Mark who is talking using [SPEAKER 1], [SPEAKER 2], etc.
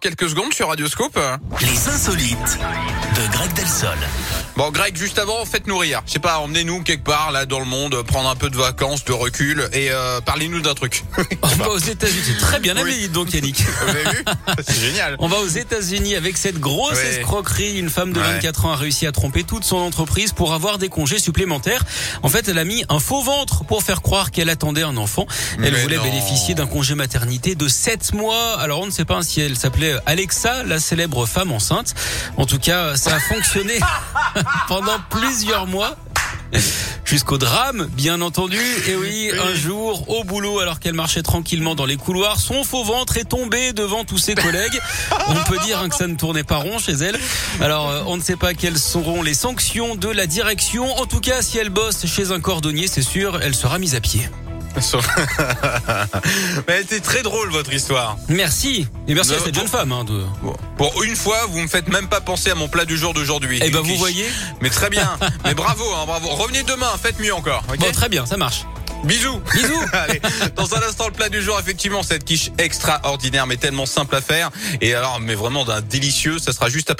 [SPEAKER 1] Quelques secondes sur Radioscope.
[SPEAKER 2] Les insolites de Greg Delsol.
[SPEAKER 1] Bon, Greg, juste avant, faites-nous rire. Je sais pas, emmenez-nous quelque part, là, dans le monde, prendre un peu de vacances, de recul, et euh, parlez-nous d'un truc.
[SPEAKER 3] On va aux États-Unis. Très bien amené,
[SPEAKER 1] Oui.
[SPEAKER 3] dites donc Yannick.
[SPEAKER 1] Vous avez vu C'est génial.
[SPEAKER 3] On va aux États-Unis avec cette grosse
[SPEAKER 1] Ouais.
[SPEAKER 3] escroquerie. Une femme de
[SPEAKER 1] Ouais.
[SPEAKER 3] 24 ans a réussi à tromper toute son entreprise pour avoir des congés supplémentaires. En fait, elle a mis un faux ventre pour faire croire qu'elle attendait un enfant. Elle
[SPEAKER 1] Mais
[SPEAKER 3] voulait
[SPEAKER 1] non.
[SPEAKER 3] bénéficier d'un congé maternité de 7 mois. Alors, on ne sait pas si elle s'appelait Alexa, la célèbre femme enceinte. En tout cas, ça a fonctionné pendant plusieurs mois. Jusqu'au drame, bien entendu. Et oui, un jour, au boulot, alors qu'elle marchait tranquillement dans les couloirs, son faux ventre est tombé devant tous ses collègues. On peut dire hein, que ça ne tournait pas rond chez elle. Alors, euh, on ne sait pas quelles seront les sanctions de la direction. En tout cas, si elle bosse chez un cordonnier, c'est sûr, elle sera mise à pied.
[SPEAKER 1] Mais c'est très drôle, votre histoire.
[SPEAKER 3] Merci. Et merci à
[SPEAKER 1] Non,
[SPEAKER 3] cette
[SPEAKER 1] bon.
[SPEAKER 3] jeune femme. Hein, de...
[SPEAKER 1] Bon. Pour une fois, vous me faites même pas penser à mon plat du jour d'aujourd'hui.
[SPEAKER 3] Eh ben,
[SPEAKER 1] Qui-
[SPEAKER 3] vous voyez.
[SPEAKER 1] Mais très bien. Mais bravo, hein, bravo. Revenez demain, faites mieux encore. ok
[SPEAKER 3] Bon, très bien, ça marche.
[SPEAKER 1] Bisous.
[SPEAKER 3] Bisous.
[SPEAKER 1] Allez, dans un instant, le plat du jour, effectivement, cette quiche extraordinaire, mais tellement simple à faire. Et alors, mais vraiment d'un délicieux, ça sera juste après.